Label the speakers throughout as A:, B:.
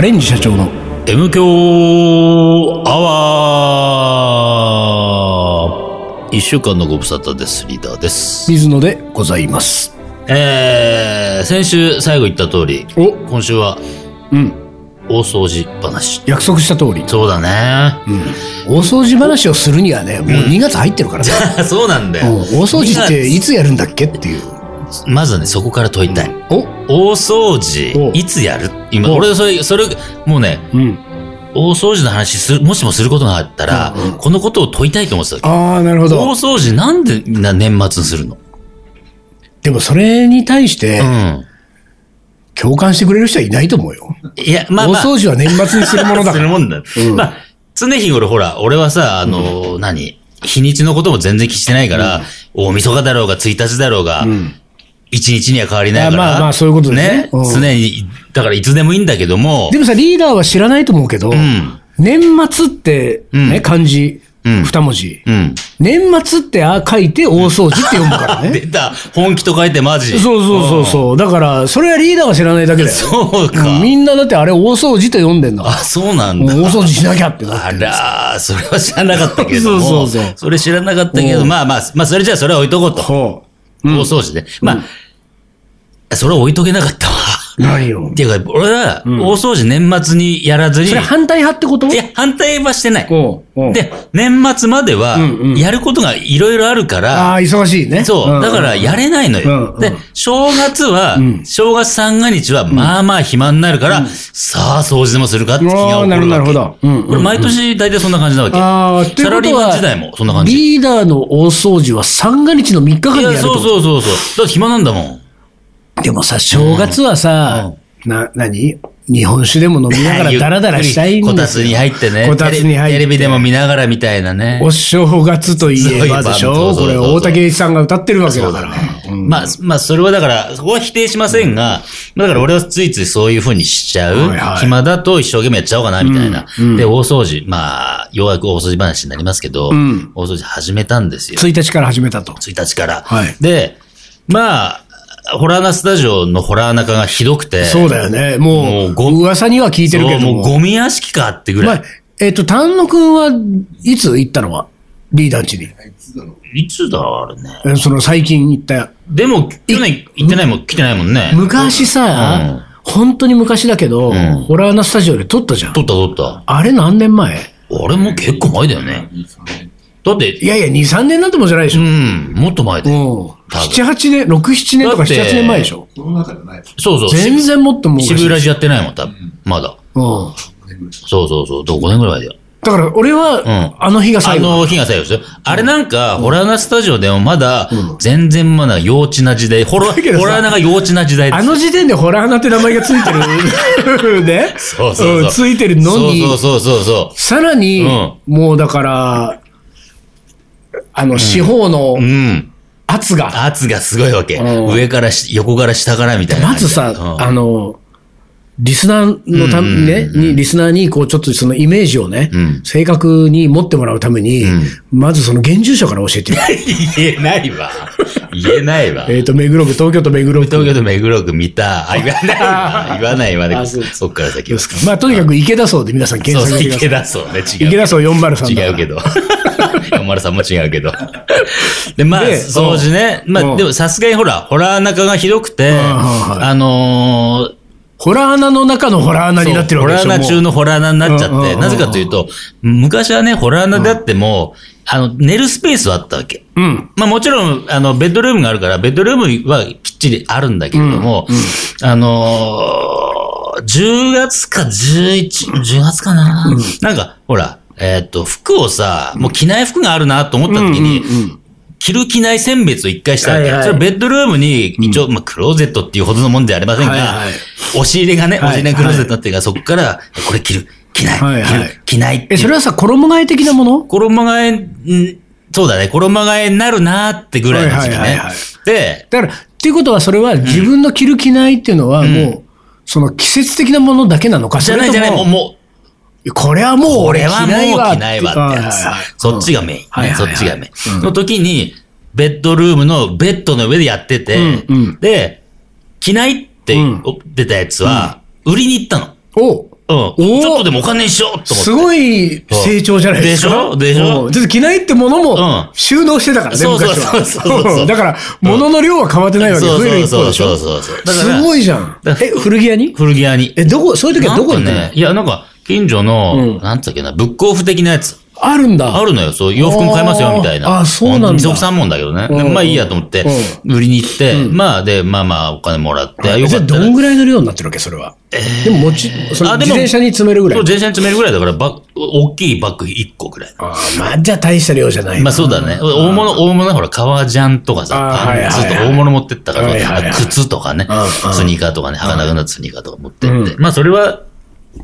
A: レンジ社長の
B: M 強アワー一週間のご無沙汰です。リーダーです。
A: 水野でございます。
B: えー、先週最後言った通り、
A: お
B: 今週は
A: うん。
B: 大掃除話。
A: 約束した通り。
B: そうだね。
A: 大掃除話をするにはね、もう2月入ってるからね。
B: そうなんだよ
A: うん。大掃除っていつやるんだっけっていう。
B: まずはね、そこから問いたい。
A: お
B: 大掃除
A: お、
B: いつやる今、
A: お
B: 俺、それ、それ、もうね、
A: うん。
B: 大掃除の話する、もしもすることがあったら、
A: うんうん
B: このことを問いたいと思ってたわけ。
A: ああ、なるほ
B: 大
A: ど。
B: 掃除なんでみんな年末にするの
A: でもそれに対して
B: うん。
A: 共感してくれる人はいないと思うよ。
B: いや、まあ
A: 大
B: まあ、
A: 掃除は年末にするものだ
B: す
A: か
B: る
A: ら。
B: もんだ。まあ、常日頃ほら、俺はさ、あの、何日にちのことも全然気してないから、大晦日だろうが、1日だろうが、
A: うん。
B: 一日には変わりないから。
A: いやまあまあそういうことだよね
B: ね。
A: うん
B: 常に、だからいつでもいいんだけども
A: で、もさ、リーダーは知らないと思うけど、
B: ん
A: 年末って、
B: う
A: ね、
B: ん
A: 漢字、
B: うん
A: 二文字。
B: うん。
A: 年末ってあ書いて大掃除って読むからね。
B: 出た、本気と書いてマジ。
A: そうそうそう
B: う
A: そう。だから、それはリーダーが知らないだけだよ。
B: そうか
A: うんみんなだってあれ大掃除と読んでんだか
B: あ、そうなん
A: ら。
B: だ。
A: もう大掃除しなきゃってなって
B: あ
A: る
B: らー、それは知らなかったけれども。
A: そうそうそう
B: それ知らなかったけ
A: う
B: ど、
A: ん
B: まあまあ、まあそれじゃあそれは置いとこうと。
A: ほ
B: 大掃除で。まあ、それは置いとけなかったわ。
A: う。何よ
B: っ。ていうか、俺は、大掃除年末にやらずに、
A: それ
B: い
A: 反対派ってこと
B: や、反対はしてない。
A: おうおう
B: で、年末までは
A: んう、ん
B: やることがいろいろあるから、
A: ああ、忙しいね。
B: そう、
A: ん
B: だから、やれないの
A: うんう
B: よ。
A: ん
B: で、正月は、正月三が日は、まあまあ暇になるから、さあ、掃除でもするかって気が起こるわけ。
A: あーなるほどなるほどうんうんうん
B: 俺、毎年大体そんな感じなわけ。
A: ああ、とい
B: サ
A: う
B: ラ
A: こ
B: リー
A: と
B: マン
A: は
B: 時代もそんな感じ。
A: リーダーの大掃除は三が日の3日間
B: い
A: でやる
B: や、
A: と
B: そうそうそうそう。だって暇なんだもん。
A: でもさ、正月はさ、な、何日本酒でも飲みながらダラダラしたいん
B: こ
A: で
B: た
A: す
B: つ
A: よ
B: に入ってね。
A: こたつに入って
B: テレビでも見ながらみたいなね。
A: お正月といえばでしょ
B: そ
A: こ
B: ういえ
A: れ、
B: ば
A: 大竹栄一さんが歌ってるわけ
B: そ
A: だ
B: う
A: か
B: だ
A: ら。
B: ね。まあ、まあ、それはだから、そこは否定しませんが、まあだから俺はついついそういうふうにしちゃう。
A: はいはい
B: 暇だと一生懸命やっちゃおうかな、みたいな。で、大掃除、まあ、ようやく大掃除話になりますけど、
A: ん
B: 大掃除始めたんですよ。
A: 1日から始めたと。
B: 1日から。
A: はい
B: で、まあ、ホラーナスタジオのホラー中がひどくて、
A: そうだよね。も
B: も
A: う、
B: うご
A: 噂には聞いてるけど
B: そう
A: も。
B: もうゴミ屋敷かってぐ
A: ま
B: らい。
A: あ、えっ、と、丹野くんはいつ行ったのはリーダー家に。
B: いつだ、あれね。
A: えその最近行った。
B: でも、去年行ってないもん、来てないもんね。
A: 昔さ、本当に昔だけど、
B: ん
A: ホラーナスタジオで撮ったじゃん。
B: 撮った撮った。
A: あれ何年前
B: あれも結構前だよね。だって
A: い、やいや、2、3年なんてもんじゃないでし
B: う
A: ょ。
B: ん、もっと前
A: う
B: で。
A: ん。7、8年、6、7年とか
B: だって
A: 7、8年前でしょ。
B: そうそう。
A: 全然もっともう昔。
B: 渋ラジやってないもん、多分。まだ。
A: うん。
B: そうそうそう。ど5年ぐらいだよ。
A: だから俺は、
B: ん
A: あの日が
B: あ
A: 最後。
B: の日が最後ですよ。あれなんか、ホラーなスタジオでもまだ、全然まだ幼稚な時代。ホラ
A: だけどさ
B: ホラーなが幼稚な時代で
A: あ
B: す。
A: の時点でホラーナって名前がついて る。ね。
B: そうそうそ
A: ん
B: う。
A: ついてるのに。
B: そうそうそうそうそ
A: さらに、
B: うん
A: もうだから、あの、四方の
B: う。うん。
A: 圧が、
B: 圧がすごいわけ。
A: うん
B: 上からし、横から下からみたいな
A: ま
B: 感じで。
A: ずさ、
B: うん
A: あの、リスナーのためね、に、リスナーに、こう、ちょっとそのイメージをね、
B: うん
A: 正確に持ってもらうために、
B: ん
A: まずその現住所から教えてよ
B: 言えないわ。言えないわ。
A: えっと、目黒区、東京都目黒区。
B: 東京都目黒区見た。あ、言わない わ。言わないわね。
A: あそう
B: そっから先は。
A: まあ、とにかく池田荘で皆さん検
B: そう
A: 索
B: そう、
A: してください。
B: 池田そうね。違う。
A: 池田荘403だから。
B: 違う けど。山丸さんも違うけど。で、まあ、
A: で
B: 掃除ね。ま
A: うん
B: あ、でもさすがにほら、ホラー中がひどくて、
A: はいはい
B: あのー、
A: ホラー穴の中のホラー穴になってるわけでしょ。
B: ホラー穴中
A: も
B: のホラー穴になっち
A: うん
B: ゃ
A: う
B: っ
A: んうん
B: て、
A: うん
B: なぜかというと、昔はね、ホラー穴であっても、あの、寝るスペースはあったわけ。
A: ううん。
B: まあもちろん、あの、ベッドルームがあるから、ベッドルームはきっちりあるんだけれども、あのー、10月か11、10月かな、なんか、ほら、えーっ、と、服をさ、もう着ない服があるなと思った時に、着る着ない選別を一回したわけ。
A: はいはい
B: それベッドルームに、一応、まあ、クローゼットっていうほどのもんではありませんが、
A: はいはい
B: 押し入れがね、
A: はい
B: 押し入れがクローゼットっていうか、そこから、これ着る、着ない、
A: はいはい
B: 着る、着ないっていう
A: え、それはさ、衣替え的なもの
B: 衣替え、んそうだね、衣替えになるなーってぐらいの時期ね。
A: はいはいはいはい
B: で、
A: だから、っていうことは、それは自分の着る着ないっていうのは、もう、その季節的なものだけなのか、
B: じゃない
A: そ
B: じゃ
A: れ
B: な
A: と
B: い、もう、も
A: これはもう
B: う、
A: 俺
B: 俺
A: 着
B: はも
A: ないうわ
B: 着ないわってやつ
A: はいはいはい。
B: そっちがメインね。
A: はいはいはい
B: そっちがメイン。の時に、ベッドルームのベッドの上でやってて、
A: うんうん
B: で、着ないって
A: うん
B: 出たやつは、売りに行ったの。
A: おう
B: うん。
A: ー
B: ちょっとでもお金にしようと思って
A: す。ごい成長じゃないですか。
B: でしょでしょ
A: うんちょっと着ないってもの
B: うん
A: も収納してたからね、
B: そうそう
A: 昔は。
B: そうそうそうそうん
A: だから、物の量は変わってないわけ。
B: そう
A: 増える一方でし
B: そ
A: ょ。
B: うそうそうそう。だから
A: すごいじゃん
B: だ。か
A: え、古着屋に
B: 古着屋に。
A: え、どこ、そういう時はどこ
B: なん
A: に
B: かね、いや、なんか、近所の、
A: うん
B: なんつったっけな、ブックオフ的なやつ。
A: あるんだ。
B: あるのよ、そう、洋服も買いますよ、みたいな。
A: あーあそうなんだ
B: ほとに族んもんだけどね。で
A: うん
B: まあいいやと思って、売りに行って、まあで、まあまあお金もらって、あよ
A: じ
B: か
A: ゃあ、
B: っ
A: ど
B: たら
A: んぐらいの量になってるわけ、それは。でも、持ち、その
B: あで
A: 自
B: も
A: 転車に詰めるぐらい
B: そう、。全然詰めるぐらいだから、バッグ、大きいバッグ1個ぐらい。
A: あーまあ、じゃあ大した量じゃない。
B: まあそうだね。大物、大物、ほら、革ジャンとかさ、
A: あーはいはい
B: ずっと大物持ってったから、
A: はいはいはい
B: 靴とかね、
A: うんうん
B: スニーカーとかね、儚くなったスニーカーとか持ってって、まあそれは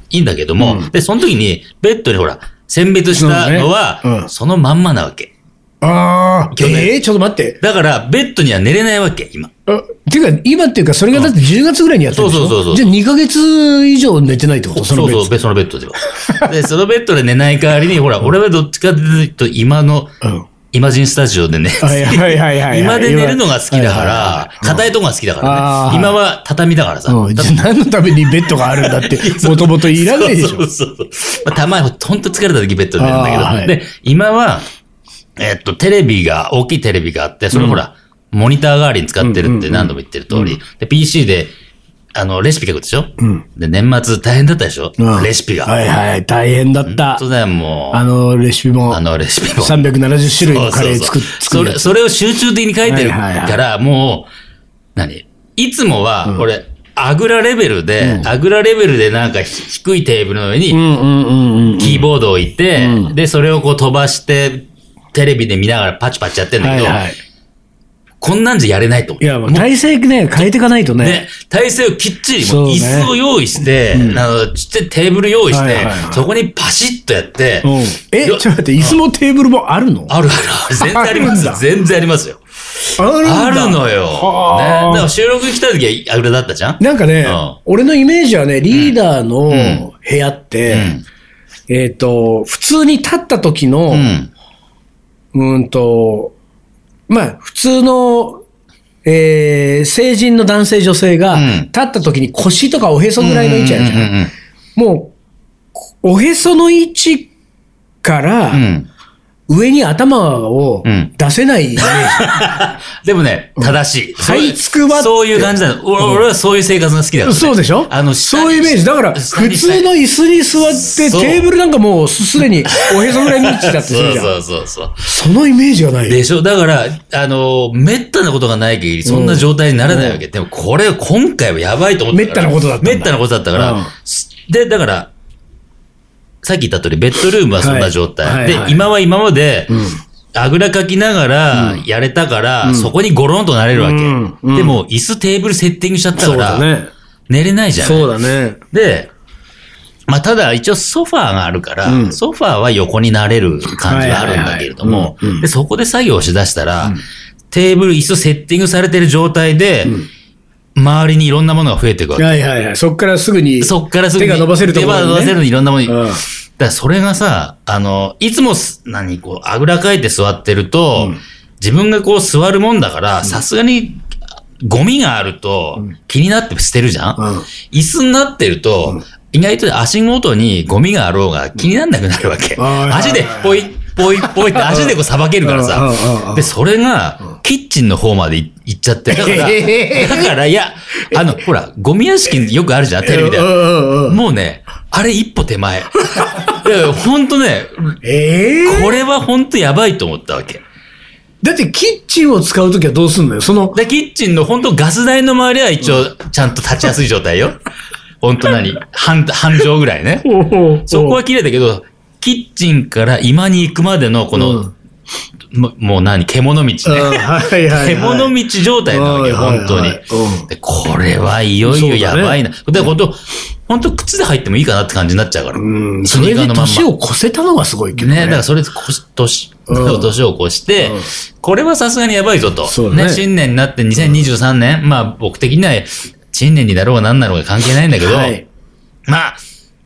B: いいんだけども、で、その時に、ベッドにほら、選別したのは、
A: そうねうん
B: そのまんまなわけ。
A: ああ、
B: 去年
A: ええちょっと待って。
B: だから、ベッドには寝れないわけ、今。
A: あていうか、今っていうか、それがだって10月ぐらいにやってるでしょ
B: そうそうそうそ
A: じ
B: う
A: ゃあ2ヶ月以上寝てないってことその
B: そうそう、ベそのベッドで は。で、そのベッドで寝ない代わりに、ほら、俺はどっちかというと、今の、
A: うん
B: イマジンスタジオでね、
A: はいはいはいはいはい。
B: 今で寝るのが好きだか
A: はい
B: ら、硬いとこが好きだか
A: あ
B: ら
A: ー
B: ね。今は畳だからさ。
A: はいはいうん じゃあ何のためにベッドがあるんだ って、もともといらないでしょ。
B: そうそうそう。まあ、たまに、ほんと疲れた時ベッドで寝るんだけど、
A: あーはい
B: で、今は、えっと、テレビが、大きいテレビがあって、それほら、モニター代わりに使ってるって何度も言ってる通り、で、PC で、あの、レシピ書くでしょ、で、年末大変だったでしょ、
A: うん
B: レシピが。
A: はいはい、大変だった
B: そ。うだよ、もう。
A: あのレシピも
B: あ、のレシピも。
A: 370種類
B: そ
A: の
B: う
A: カ
B: そ
A: レ
B: う
A: ー
B: そう
A: 作っ
B: そ
A: 作る
B: れ、
A: やつ。
B: それを集中的に書いてる
A: はいはい
B: から、もう、何いつもは、俺、あぐらレベルで、あぐらレベルでなんかひ低いテーブルの上
A: う
B: に
A: んうんうんうん。
B: キーボードを置いて、で、それをこう飛ばして、テレビで見ながらパチパチやってんだ
A: は
B: け
A: い
B: ど、
A: はい。
B: こんなんじゃやれないと思う。
A: いや、もう
B: もう
A: 体勢ね、変えていかないとね。
B: ね、体勢をきっちり、もう椅
A: そうね
B: 子を用意して、あの、ちっちゃいテーブル用意して、
A: はいはいはい
B: そこにパシッとやって、
A: うんえ、ちょっと待って、椅子もテーブルもあるの
B: ある あるある、全然ありま
A: あるんだ
B: す。全然ありますよ。
A: あるんだ
B: あるのよ。ね。
A: はあ
B: だから収録来た時はあぐらだったじゃん
A: なんかね、
B: うん
A: 俺のイメージはね、リーダーの部屋って、えっ、と、普通に立った時の、う、
B: うんん。
A: と、まあ、普通の、えー成人の男性女性が、
B: うん
A: 立った時に腰とかおへそぐらいの位置あるじゃん。
B: うん
A: もう、おへその位置から、
B: うんうんうん。
A: 上に頭を
B: うん
A: 出せないイメージ。
B: でもね、正しい。
A: はい
B: そう
A: つくばって
B: そういう感じなの。俺俺はそういう生活が好きだからね。
A: そうでしょ
B: あの、下に
A: そういうイメージ。だから、
B: 下
A: 普
B: にしたい
A: 通の椅子に座って、
B: そう
A: テーブルなんかもうすすで におへそぐらいの位置だってするじゃん。
B: そうそうそうそう。
A: そのイメージがないよ。
B: でしょだから、あの、めったなことがない限り、そんな状態にならないわけ。でも、これ、今回はやばいと思って
A: 滅多なことだったんだ
B: めったなことだったから、
A: うん
B: で、だから、さっき言った通り、ベッドルームはそんな状態。
A: はいはい
B: で、
A: はい
B: 今は今まで、あぐらかきながら、やれたから、そこにゴロンとなれるわけ。
A: うんうん
B: でも、椅子テーブルセッティングしちゃったから、
A: ね。
B: 寝れないじゃん。
A: そうだね。
B: で、まあ、ただ一応ソファーがあるから、
A: うん
B: ソファーは横になれる感じがあるんだけれど
A: はいはい
B: も
A: はいうんうん、
B: でそこで作業しだしたら、テーブル、椅子セッティングされてる状態で、周りにいろんなものが増えていくわけ。
A: はいはいはい。そっからすぐに。
B: そっからすぐに
A: 手が伸ばせるところにね
B: 手が伸ばせるのにいろんなものに。
A: うん
B: だからそれがさ、あの、いつもす、何、こう、あぐらかいて座ってると、自分がこう座るもんだから、さすがに、ゴミがあると、気になって捨てるじゃん、
A: うん
B: 椅子になってると、意外と足元にゴミがあろうが気にならなくなるわけ。
A: んはいはいはい
B: 足でポイポイポイって足でこうさばけるからさ
A: うんうんうんう。ん
B: で、それが、キッチンの方までい行っちゃっ て。だから、
A: え
B: だから、いや、あの、ほら、ゴミ屋敷によくあるじゃん、テレビで
A: う。んうんうん
B: もうね、あれ一歩 手前。いや、ほんとね、
A: ええ
B: これはほんとやばいと思ったわけ。
A: だってキッチンを使うときはどうすんのよ。その、
B: で、キッチンのほんとガス台の周りは一応、ちゃんと立ちやすい状態よ。ほんと何半、半畳ぐらいね。そこは綺麗だけど、キッチンから居間に行くまでの、こ
A: う
B: の、ももう何獣道ね。
A: うん、はいはい、はい。
B: 獣道状態なわけよ、
A: はい
B: 本当に
A: はいはいうん。
B: でこれはいよいよやばいな。だから本当、本当靴で入ってもいいかなって感じになっちゃうから。
A: うん。
B: ス
A: そ
B: ニー
A: れ
B: カー
A: で
B: のまんま
A: 年を越せたのがすごいけど
B: ね、
A: ね。
B: だからそれでこし、年、
A: うん
B: 年を越して、これはさすがにやばいぞと。
A: そうだね
B: 新年になって2023年、まあ僕的には、新年になろうが何なろうが関係ないんだけど、
A: はい。
B: まあ、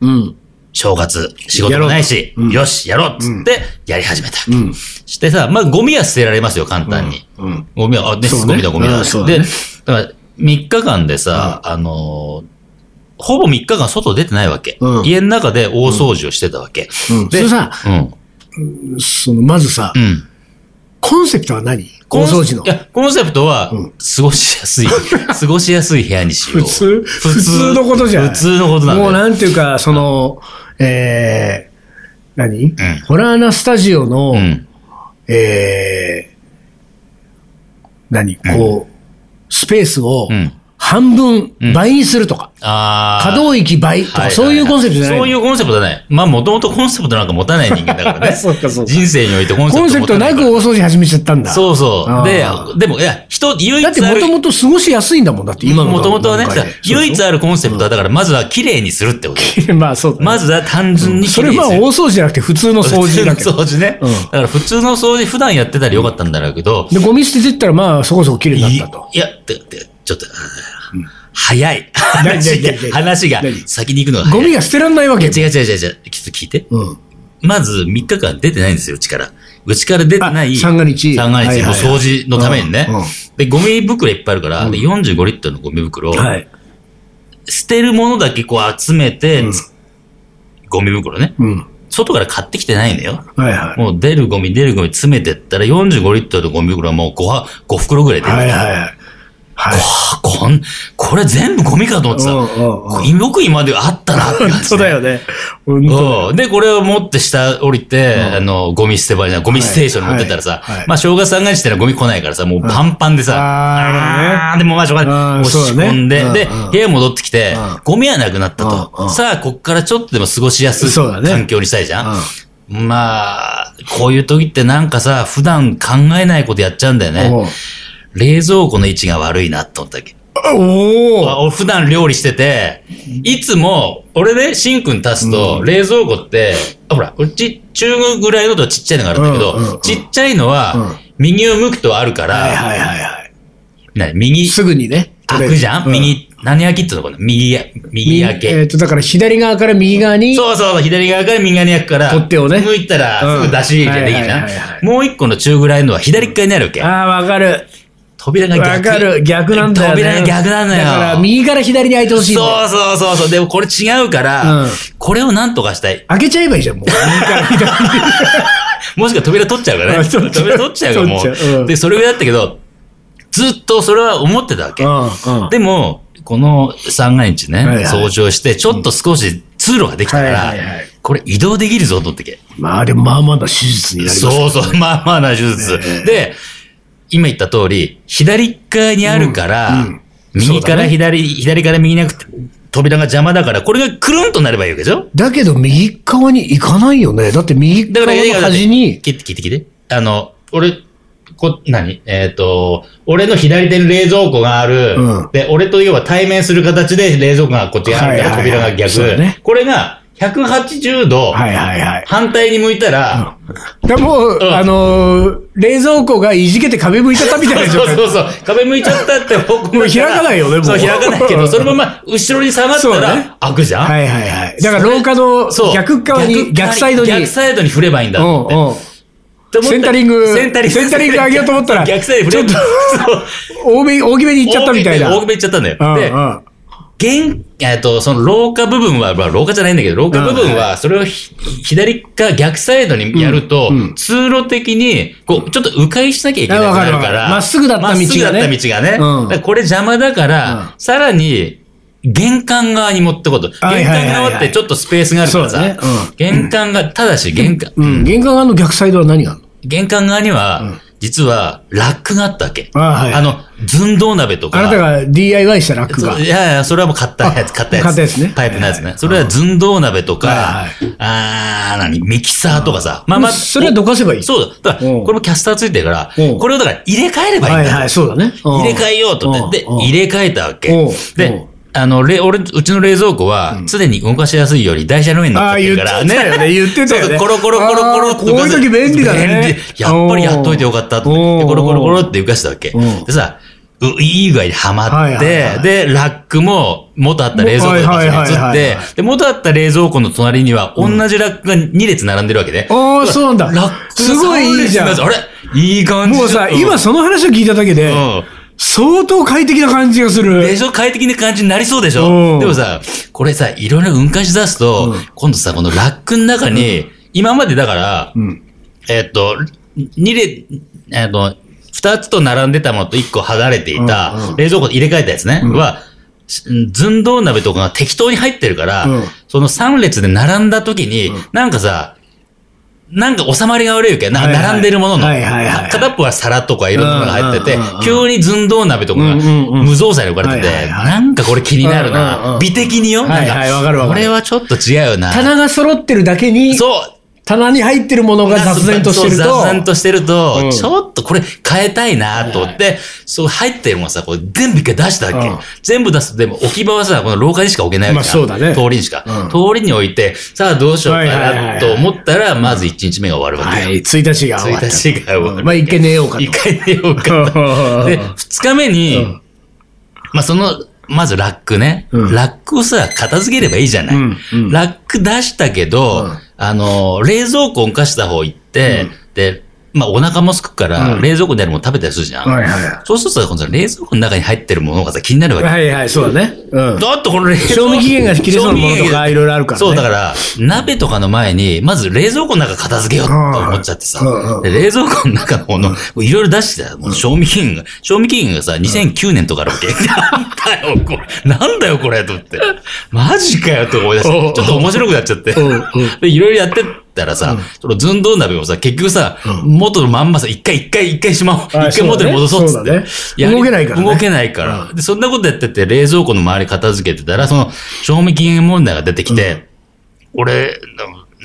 A: うん。
B: 正月、仕事もないし、よし、やろうっつって、やり始めた。
A: ん
B: してさ、まあ、ゴミは捨てられますよ、簡単に。
A: うん。
B: ゴミは、あ、で
A: そうね
B: ゴミだ、ゴミ
A: う
B: だ。
A: んそうだ
B: で、
A: ね
B: だから、3日間でさ、あのーほぼ3日間外出てないわけ。
A: うん
B: 家の中で大掃除をしてたわけ。
A: うん。そ
B: で
A: れさ、
B: うん。うん。
A: その、まずさ、コンセプトは何大掃除の
B: い。や、コンセプトは、
A: うん
B: 過ごしやす い、過ごしやすい部屋にし
A: 普
B: よう。
A: 通普通のことじゃん
B: 普通のことなんだ
A: も
B: よ
A: うなんていうか、その、えー、何、
B: ん
A: ホラーナスタジオの、
B: うん。
A: えー、何こう、スペースを
B: うん
A: 半分
B: うん
A: 倍にするとか、
B: あー
A: 可動域倍と
B: は
A: か、
B: は
A: そういうコンセプトじゃないの
B: そういうコンセプトだね。まあ、もともとコンセプトなんか持たない人間だからね。
A: そっかそっか
B: 人生においてコンセプト
A: コンセプトなく大掃除始めちゃったんだ。
B: そうそう。で
A: あ、
B: でも、いや、人、唯一
A: だ
B: あ
A: って
B: る。
A: もともと過ごしやすいんだもん、だって今の
B: もともとはね
A: 段階で、
B: 唯一あるコンセプトは、だから、まずは綺麗にするってこと。
A: そうそう まあそうだね、
B: まずは単純に
A: それ
B: 綺麗に
A: は
B: す
A: 大
B: る。
A: 掃除じゃなくて普通の掃除だけ ど。
B: 普通の掃除ね。
A: うん
B: だから普通の掃除、普段やってたらよかったんだろうけど、
A: で、ゴミ捨ててったらまあそこそこ綺麗になったと。
B: いや、て、て、ちょっと、早い。
A: 何
B: 話が
A: 何何、
B: 話が
A: 何
B: 先に行くのが
A: ゴ
B: 早い。
A: ミが捨てらんないわけ。
B: 違う違う違う違う。ちょっと聞いて。
A: うん。
B: まず3日間出てないんですよ、うちから。うちから出てない。
A: あ三が日
B: 三が日
A: はいはい
B: もう掃除のためにね
A: うんうん。
B: で、ゴミ袋いっぱいあるから、で45リットルのゴミ袋を、
A: はい。
B: 捨てるものだけこう集めて、
A: うん
B: ゴミ袋ね。
A: うん。
B: 外から買ってきてないのよ。
A: はいはい。
B: もう出るゴミ、出るゴミ詰めてったら45リットルのゴミ袋はもう 5, は5袋ぐらい出る。
A: はいはいはい。はい。
B: あこん、これ全部ゴミかと思っ
A: う
B: て
A: ん
B: さ。
A: うんうん
B: よく今まであったなって感じ
A: 本当だよね。本当だよ
B: うんで、これを持って下降りて、あの、ゴミ捨て場じゃないゴミステーションに持ってったらさ、
A: はいはいはい
B: まあ、正月三が日したらゴミ来ないからさ、もうパンパンでさ、
A: あーなるほどね
B: あーでもまあ、しょうが
A: あ
B: ない。
A: ー
B: 押し込んで、
A: そうだね
B: で
A: うんうん、
B: 部屋戻ってきて
A: うん、
B: ゴミはなくなった
A: うんう
B: と。
A: ん
B: さあ、こっからちょっとでも過ごしやすい
A: そうだね
B: 環境にしたいじゃん。まあ、こういう時ってなんかさ、普段考えないことやっちゃうんだよ
A: おう
B: ね。冷蔵庫の位置が悪いなって思ったっけ。
A: おー
B: あ俺普段料理してて、いつも、俺ね、シンクに足すと、冷蔵庫って、あほら、うち、中国ぐらいのとちっちゃいのがあるんだけど、
A: うんうんうん
B: ちっちゃいのは、
A: うん
B: 右を向くとあるから、
A: はいはいはいは
B: ない
A: い。
B: 右、
A: すぐにね。
B: 開くじゃん、
A: う
B: 右、何開きってとこね右や、右開け。
A: えっと、だから左側から右側に。
B: そうそうそう、左側から右側に開くから、
A: 取っ手をね
B: 向いたら、
A: うん
B: すぐ出し入れできるじゃ
A: はいはいはいは
B: ん。もう一個の中ぐらいのは左側になるわけ。
A: ああ、わかる。
B: 扉が逆。
A: わかる。逆なんだよね。
B: 扉が逆なのよ。
A: だから、右から左に開いてほしいんだよ。
B: そうそうそうそう。でもこれ違うから、
A: うん
B: これをなんとかしたい。
A: 開けちゃえばいいじゃん、もう。右から左に。
B: もしくは扉取っちゃうから
A: うん
B: ね。
A: 取っちゃう
B: 扉取っちゃうからも
A: 取っちゃううん
B: う。で、それぐらいだったけど、ずっとそれは思ってたわけ。
A: うんうん
B: でも、この三が日ね、
A: はいはい
B: 掃除をして、ちょっと少し通路ができたから
A: はいはいはい、
B: これ移動できるぞ、とってけ。
A: まあ、でも、まあまあな手術になります。
B: そうそう、まあまあな手術
A: ええ。
B: で、今言った通り、左側にあるから、
A: うんうん
B: 右か
A: そうだ
B: ら
A: ね
B: 左、左から右なくて、扉が邪魔だから、これがくるんとなればいいわけでしょ
A: だけど、右側に行かないよね。だって、右
B: だ
A: 側
B: から、いや
A: の
B: いや
A: 端に。
B: 聞いて聞いて聞いて。あの、俺、こ、何えっ、と、俺の左手に冷蔵庫がある。
A: うん
B: で、俺と要は対面する形で冷蔵庫がこっちにあるか
A: は
B: ら、
A: いはい
B: 扉
A: はい
B: が逆。
A: そうだね
B: これが180度、
A: はいはいはい。
B: 反対に向いたら、
A: だからもう、
B: ん
A: あのー冷蔵庫がいじけて壁向いちゃったみたいな
B: そ
A: 状
B: う
A: 態。
B: そうそう、壁向いちゃったって方向だ
A: もう開かないよねもう
B: そう、開かないけど、そのまま後ろに下がった
A: そう
B: ら、
A: だね
B: 開くじゃん、
A: はいはいはい。だから廊下の
B: そう。
A: 逆側に、逆サイドに。
B: 逆サイドに振ればいいんだと思って。
A: うんうん。
B: と思った
A: センタリング
B: センタリング。
A: センタリング上げようと思ったら
B: 逆サイドに振れば
A: ちょ
B: そう
A: 大め、大きめに行っちゃったみたいな。
B: 大きめ行っちゃったんだよ。
A: うん
B: で、
A: うん
B: 現、えっと、その廊下部分は、まあ廊下じゃないんだけど、廊下部分は、それをひ左か逆サイドにやると
A: うんうん、
B: 通路的に、こう、ちょっと迂回しなきゃいけなく
A: あわか
B: な
A: る
B: る
A: わか
B: か
A: る
B: ら、
A: まっすぐだった道がね
B: まっすぐだった道がね。だ
A: うん
B: からこれ邪魔だか
A: うん
B: ら、さらに、玄関側に持ってこと。玄
A: はいはいはいはい
B: 関側ってちょっとスペースがあるから
A: そうだねう
B: さ
A: ん、
B: 玄関が、ただし玄関、
A: うん。玄関側の逆サイドは何があるの
B: 玄関側には、実は、ラックがあったわけ。
A: あはい
B: あの、寸胴鍋とか。
A: あなたが DIY したラックが
B: そう。いやいや、それはもう買ったやつ、買ったやつ。
A: 買ったやつね
B: パイプのやつね。それは寸胴鍋と
A: は
B: か
A: い、
B: あー、何、ミキサーとかさ。ま
A: それはどかせばいい。
B: そうだ。だから、
A: うん
B: これもキャスターついてるから
A: うん、
B: これをだから入れ替えればいい
A: は
B: ん
A: い
B: だよ
A: はい、そうだね。うん
B: 入れ替えようと思って、で、
A: うんうん
B: 入れ替えたわけ
A: うん。うん
B: で、あの、れ、俺、うちの冷蔵庫は、常に動かしやすいように台車の上に乗っ
A: あ
B: ちゃっ
A: あ、
B: て
A: 言
B: る
A: っ
B: か
A: てた
B: ら
A: よ
B: ね。
A: ね。言ってたよ
B: そ
A: ね。
B: うそうコロコロコロコロ
A: あ
B: っ
A: ー
B: て
A: こういう時便利だ
B: 便
A: ね。
B: 利やっぱりやっといてよかったと思って。
A: うん
B: でコロコロコロって浮かしたわけ
A: うん。
B: でさ、ういい具合にはまっ
A: はいはいは
B: て
A: い、
B: で、ラックも元あった冷蔵庫の場所に移
A: はい
B: っ
A: はいはい
B: て
A: は、
B: で、元あった冷蔵庫の隣には同じラックが2列並んでるわけで。
A: ああ、そうなんだ。
B: ラックが
A: すごいいいじゃん
B: 三列並であれいい感じ。
A: もうさ、
B: うん
A: 今その話を聞いただけで、
B: うん
A: 相当快適な感じがする。
B: でしょ快適な感じになりそうでし
A: うん
B: ょでもさ、これさ、いろいろ運搬し出すと、今度さ、このラックの中に、今までだから、
A: ん
B: えっと、二列、えっと、二つと並んでたものと一個離れていた、冷蔵庫で入れ替えたやつね、は、し寸胴鍋とかが適当に入ってるから、
A: うん
B: その三列で並んだ時に、なんかさ、なんか収まりが悪いわけ。な
A: はいはい
B: 並んでるものの。
A: はいはいはい
B: 片っぽは皿とかいろんなものが入ってて
A: うんうんうんうん、
B: 急に寸胴鍋とかが
A: うんうんうん
B: 無造作に置かれて
A: はいはい
B: て、
A: はい
B: なんかこれ気になる
A: うんうんう
B: な。
A: ん
B: 美的によ。なん
A: はいはいわかるわか
B: こ
A: る
B: れはちょっと違うよな。
A: 棚が揃ってるだけに、
B: そう。
A: 棚に入ってるものが雑然としてると。
B: そう雑然としてる
A: う
B: と
A: ん、
B: ちょっとこれ変えたいなと思って、そう入ってるもんさ、これ全部一回出したわけ
A: うん。
B: 全部出すと、でも置き場はさ、この廊下にしか置けないわけじゃん
A: まあそうだね
B: 通りにしか
A: うん。
B: 通りに置いて、さあどうしようか
A: はいはいはいは
B: ないと思ったら、まず1日目が終わるわ
A: は
B: けよ。
A: い、1日が終わった。
B: 1日が終わる
A: まあ一回寝ようかと
B: 一。回寝ようか と。で、二日目に、
A: うん
B: まあその、まずラックね、
A: うん
B: ラックをさ、片付ければいいじゃない。
A: うんうん
B: ラック出したけど、
A: うん
B: あの、冷蔵庫を浮かした方行って、で、まあお腹もすくから、
A: うん
B: 冷蔵庫にあるもの食べたりするじゃん。
A: はいは
B: そうするとさ、このさ冷蔵庫の中に入ってるものがさ、気になるわ
A: い。
B: け。
A: はいはい、そうだね。うん。
B: だってこの冷蔵庫
A: 賞味期限が切れそうなものとかいろいろあるからね
B: そう、だから、鍋とかの前に、まず冷蔵庫の中片付けようと思っちゃってさ
A: うんうん、
B: で冷蔵庫の中のもの、いろいろ出してたよもう賞味期限が、賞味期限がさ、2009年とかあ るわけ。なんだよ、これ。なんだよ、これ、と思って。マジかよ、と思い出し
A: うんうん
B: て。ちょっと面白くなっちゃって
A: うんうん。
B: で、いろいろやってったらさ、その寸胴鍋もさ、結局さ、元のまんまさ、一回一回一回しまおう。
A: あ
B: 一回元に戻そうっつ
A: そ
B: っ
A: うだね
B: て
A: そう。だね
B: やり
A: 動けないからね
B: 動けないから。で、そんなことやってて、冷蔵庫の周り片付けてたら、その、賞味期限問題が出てきて、俺、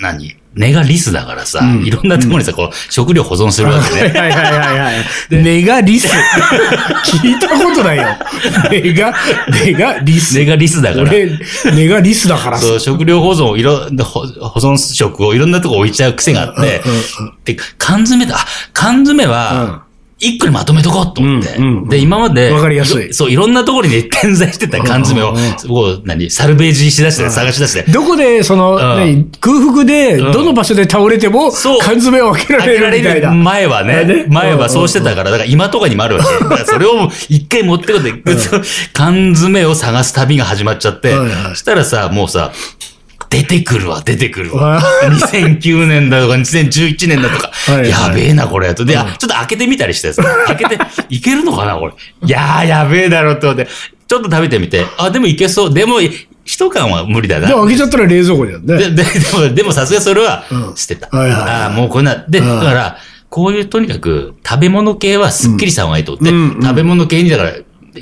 B: な何根がリスだからさ、いろんなところにさ、こう、食料保存するわけ
A: はい
B: ね。
A: はいはいはいはい。ネガリス。 聞いたことないよ。ネガ、ネガリス。
B: 根がリスだから。
A: 俺、ネガリスだからさ。
B: そう、食料保存をいろ、保保存食をいろんなとこ置いちゃう癖があって、で、缶詰だ、あ、缶詰は、一個にまとめとこうと思って。
A: うんうん
B: で、今まで、
A: わかりやすい
B: ろそう、いろんなところに点在してた缶詰を、こう、何、サルベージしだして、探し出して、
A: どこで、その、
B: ん
A: 何空腹で、
B: ん
A: どの場所で倒れても、
B: そう
A: 缶詰を開けら
B: 開け
A: れ
B: ら
A: る
B: れ
A: みたい
B: る
A: な。
B: 前は
A: あれ
B: ね
A: ね、
B: 前はそうしてたから、だから今とかにもあるわけ。 だからそれをもう一回持ってこいで、缶詰を探す旅が始まっちゃって
A: はいは、い
B: したらさ、もうさ、出てくるわ、出てくる
A: わ
B: わ。2009年だとか、2011年だとか
A: はいは、い
B: やべえな、これ。とで、あちょっと開けてみたりしてさ、開けて、いけるのかな、これ。いやー、やべえだろ、って思って、ちょっと食べてみて、あ、でもいけそう。でも、一缶は無理だな
A: で。も開けちゃったら冷蔵庫だよ ね。
B: で、 で、でも、でもさすがにそれは
A: うん
B: 捨てた。
A: はいはいはい
B: ああ、もうこんな。で、
A: うん
B: だから、こういうとにかく食べ物系はすっきりした方がいいと思って、
A: うんうん
B: 食べ物系にだから、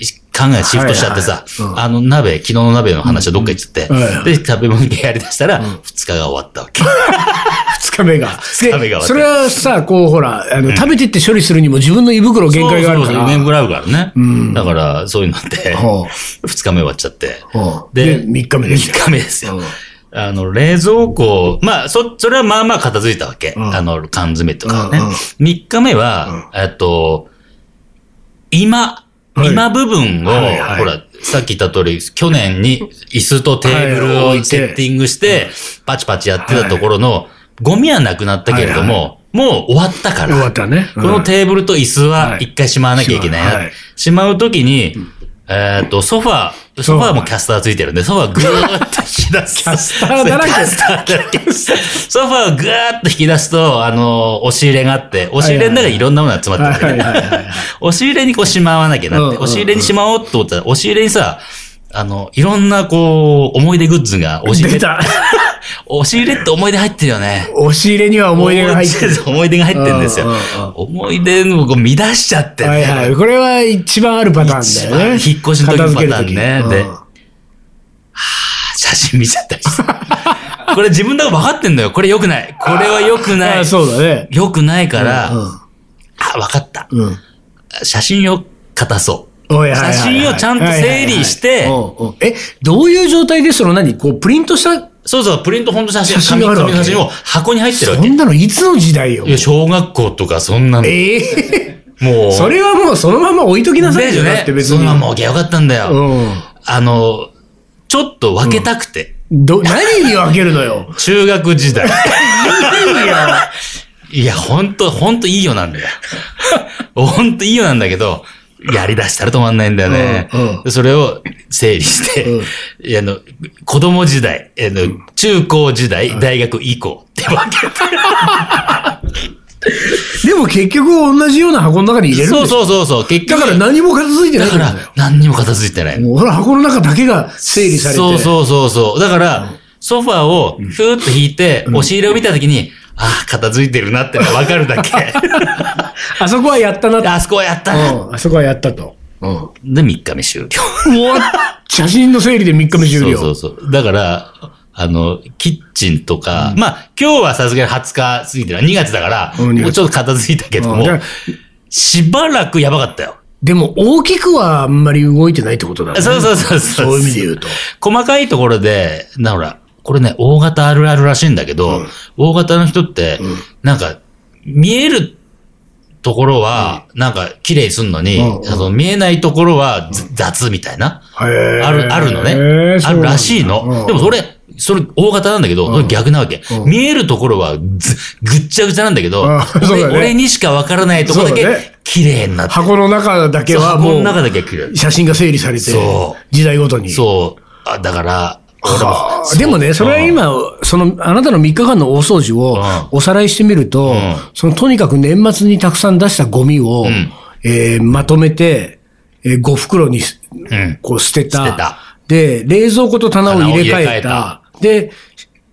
B: し考えシフトしちゃってさ、
A: はいはいは
B: あの鍋、昨日の鍋の話はどっか行っちゃって、
A: うんはいはい
B: で、食べ物系やりだしたら、2日が終わったわけ。
A: 二日目が。
B: 日目が
A: でそれはさ、こう、ほら、あの、食べてって処理するにも自分の胃袋 限界があるか
B: そうそうそう
A: ら。
B: 限界があるからね。だから、そういうのあって、
A: ほう
B: 2日目終わっちゃって。
A: ほう
B: で、
A: で三日目ですよ
B: 3日目ですよ
A: うん。
B: あの、冷蔵庫、まあ、そ、それはまあまあ片付いたわけ。
A: ん
B: あの、缶詰とかね
A: うんうん。
B: 3日目は、えっと、今、
A: はい
B: 今部分を、
A: はいはい
B: ほら、さっき言った通り、去年に椅子とテーブル
A: はい置い
B: を
A: て
B: セッティングして、パチパチやってたところの、ゴミはなくなったけれども、もう終わったから。
A: 終わったね。
B: このテーブルと椅子
A: は
B: はい一回しまわなきゃいけないな。
A: しまうはい
B: しまうときに、えっ、と、ソファー、ソファーもキャスターついてるんで、ソファーぐーっと引き出す。キャ
A: スターだらけ
B: キャスターだらけ。ソファーをぐーっと引き出すと、あの、押し入れがあって、押し入れの中にいろんなものが詰まってるんだ
A: はいはいはい
B: けど、押し入れにこうしまわなきゃなって、
A: うんうんうん
B: 押し入れにしまおうと思ったら、押し入れにさ、あの、いろんなこう、思い出グッズが押し入
A: 出
B: れ、
A: た。
B: 押し入れって思い出入ってるよね。
A: 押し入れには思い出が入ってる。
B: 思い出が入ってるんですよ
A: うんうんうん。
B: 思い出のこう乱しちゃってね。
A: はいはい。これは一番あるパターンだよね。
B: 一 番引っ越しの時
A: 片
B: の
A: 付ける時
B: パターンねで写真見ちゃったりして。これ自分だから分かってんのよ。これ良くない。これは良く
A: うん
B: ない
A: あ。そうだね。
B: 良くないから、
A: う
B: あ、分かった。
A: ん。うん。
B: 写真を片そう。
A: 写
B: 写真をちゃんと整理して
A: え、どういう状態でその何こう、プリントした、
B: そうそう、プリント本の写
A: 写
B: 真、
A: 真
B: 紙
A: があるわ
B: 紙
A: け
B: の写真を箱に入ってるわ
A: そ
B: け。
A: んなのいつの時代よ
B: い。や、小学校とかそんなの。
A: え え。
B: もう。
A: それはもうそのまま置いときなさ
B: で
A: い
B: すよ
A: よ。だっ
B: ね
A: て。別
B: そ
A: に。
B: んなもん置きゃよかったんだよ。
A: うん。
B: あの、ちょっと分けたくて。
A: ど、何に分けるのよ。
B: 中学時代。いや、ほんと、ほんといいよなんだよ。ほんといいよなんだけど、やり出したら止まんないんだよね。
A: うん
B: それを整理して、
A: うん
B: いやあの、子供時代、あの中高時代、大学以降って分けて
A: でも結局同じような箱の中に入れるん
B: そ
A: で
B: う
A: しょ
B: そうそうそう。結
A: だ
B: 局。
A: から何も片付いてな
B: だ
A: いっ
B: か
A: てこ
B: ら
A: とだよ。
B: 何にも片付いてない。
A: もうほら箱の中だけが整理されて。
B: そうそうそうそう。だから、ソファーをふーっと引いて、押し入れを見たときに、ああ、片付いてるなってのがわかる だけ。
A: あそこはやったなって。
B: あそこはやったな。
A: うん、あそこはやったと。うん。も
B: で、3日目終了。
A: う、写真の整理で3日目終了。
B: そうそうそう。だから、あの、キッチンとか、まあ、今日はさすがに20日過ぎてる2月だから、
A: うん2月
B: もうちょっと片付いたけど
A: うん
B: も
A: じゃあ、
B: しばらくやばかったよ。
A: でも大きくはあんまり動いてないってことだね。
B: そうそうそうそ
A: そうい
B: う。
A: う意味で言うと。
B: 細かいところで、なほら、これね、大型あるあるらしいんだけど、大型の人って、なんか、見えるところは、なんか、綺麗にすんのに、
A: うんうん
B: あの見えないところはず雑みたいな、
A: あ
B: ある、あるのね。あるらしいの。でもそ
A: れ、
B: れ、それ大型なんだけど、それ逆なわけ。
A: うん
B: 見えるところはずぐっちゃぐちゃなんだけど、
A: うんそう
B: 俺
A: だね
B: 俺にしかわからないところだ
A: そうだね
B: け、綺麗になってる。
A: 箱の中だけは
B: 箱
A: も
B: の中
A: う、
B: だけは綺麗。
A: 写真が整理されて
B: そ、
A: 時代ごとに。
B: そう。あだから、俺
A: は
B: も
A: あでもね、それは、
B: う
A: 今、その、あなたの3日間の大掃除を
B: う
A: おさらいしてみると、
B: ん
A: その、とにかく年末にたくさん出したゴミを、
B: ん
A: えーまとめて、えー、5袋にす、
B: うん
A: こう捨てた
B: 捨てた
A: で、冷蔵庫と棚を入れ替え
B: 棚
A: た。で、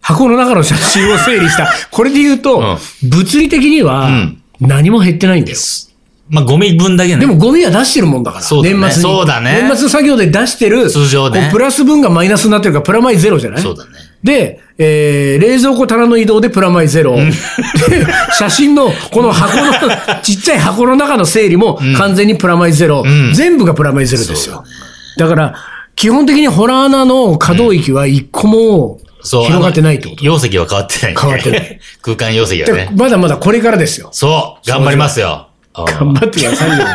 A: 箱の中の写真を整理 した。これで言うと、
B: う
A: 物理的には
B: ん
A: 何も減ってないんだよ。
B: まあ、ゴミ分だけね。
A: でもゴミは出してるもんだから、
B: そうだね
A: 年末に。
B: そうだね
A: 年末の作業で出してる、
B: 通常ね
A: こうプラス分がマイナスになってるから、プラマイゼロじゃない
B: そうだね。
A: で、えー、冷蔵庫棚の移動でプラマイゼロ。で、写真の、この箱 の、ちっちゃい箱の中の整理も完全にプラマイゼロ。
B: ん
A: 全部がプラマイゼロですよ。だから、基本的にホラー穴の可動域は一個も
B: そう。
A: 広がってないってこと。
B: あの容積は変わってない、
A: 変わってない。
B: 空間容積は
A: だから
B: ね。
A: まだまだこれからですよ。
B: そう。頑張りますよ。
A: 頑張ってくださいよ。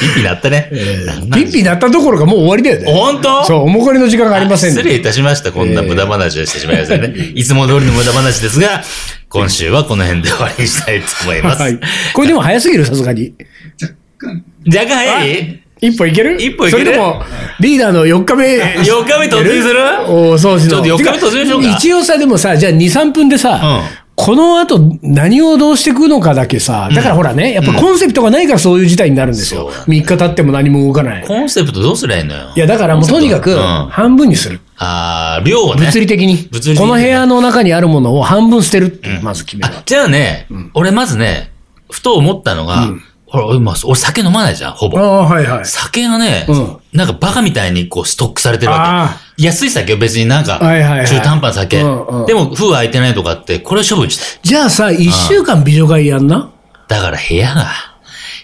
B: ピッピになったね。なんなん
A: ピンピンなったところがもう終わりだよね。
B: 本当
A: そう、おもこりの時間がありません
B: 失礼いたしました。こんな無駄話をしてしまいまし たね。いつも通りの無駄話ですが、今週はこの辺で終わりにしたいと思います。
A: はい。これでも早すぎる、さすがに。
B: 若干早い
A: 一歩いける
B: 一歩いける
A: それとも、リーダーの4日 目。
B: ?4 日目突入する
A: お掃除の。
B: ちょっと四日目
A: てか
B: 突入しようか
A: 一応さ、でもさ、じゃあ2、3分でさ、
B: うん
A: この後何をどうしていくのかだけさ、だからほらね、やっぱコンセプトがないからそういう事態になるんですよ。
B: そうだね
A: 3日経っても何も動かない。
B: コンセプトどうすりゃいいのよ。
A: いや、だからもうとにか
B: う
A: く、
B: ん
A: 半分にする。
B: あー量をね。
A: 物理的に。
B: 物理的に
A: この部屋の中にあるものを半分捨てるって、まず決める。
B: あ、じゃあね、俺まずね、ふと思ったのが、ほら、俺今、俺酒飲まないじゃん、ほ
A: あ
B: ぼ。
A: あ、はいはい。
B: 酒がね、
A: うん
B: なんかバカみたいにこうストックされてるわ
A: あ
B: け。安い酒は別になんか、
A: はいはいはい
B: 中途半端な酒、
A: うんうん
B: でも封開いてないとかって、これを処分したい。
A: じゃあさ、1週間美女会やんな
B: だから部 屋が、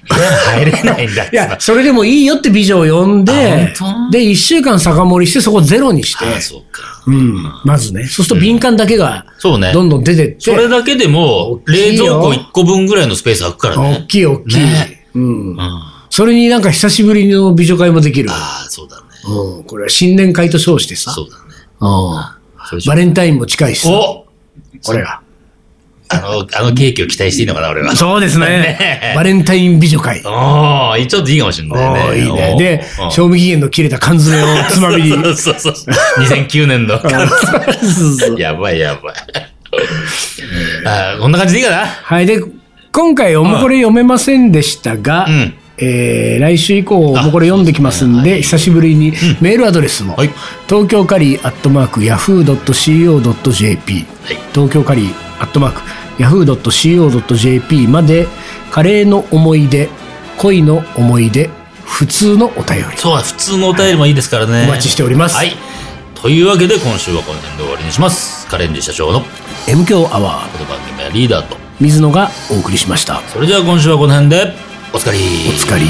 B: 部屋が入れないんだっ
A: い
B: て
A: や
B: さ、。
A: それでもいいよって美女を呼んで
B: あ本、当
A: で、一週間酒盛りして、そこゼロにして、
B: ああ、そうか。
A: うん、まずね。そうすると敏感だけが、
B: そうね。
A: どんどん出てって、
B: それだけでも、
A: 大き
B: 冷
A: いよ
B: 蔵庫1個分ぐらいのスペース空くから
A: 大
B: ね。
A: きい大きい、
B: ね
A: うん。
B: うん、
A: それになんか久しぶりの美女会もできる。
B: ああ、そうだね。
A: うん、これは新年会と称してさ、
B: そうだね。
A: うん
B: それ
A: バレンタインも近いしさ、
B: お
A: これが。
B: あの、あのケーキを期待していいのかな、俺は。
A: そうです
B: ね
A: バレンタイン美女会。
B: ああ、ちょっといいかもしれ
A: お
B: ない
A: ー
B: ね。
A: いいね。で
B: おー、
A: 賞味期限の切れた缶詰をつまみに。
B: そうそうそうそう。2009年の。
A: そうそう
B: やばいやばい。あーこんな感じでいいかな
A: はい。で、今回、おもこれ読めませんでしたが、
B: うん
A: えー来週以降、おもこれ読んできますんで、久しぶりにメールアドレスも、
B: はい
A: 東京カリーアットマーク、ヤフー .co.jp、
B: はい
A: 東京カリーアットマーク、ヤフー .co.jp まで、カレーの思い出、恋の思い出、普通のお便り、
B: そうだ、普通のお便りもいいですからね。
A: お待ちしております
B: はい。というわけで、今週はこの辺で終わりにします。カレンジ社長のこ
A: M 強アワー、
B: の番組はリーダーと。
A: 水野がお送りしました。
B: それでは今週はこの辺で、おつかり。
A: お疲れ。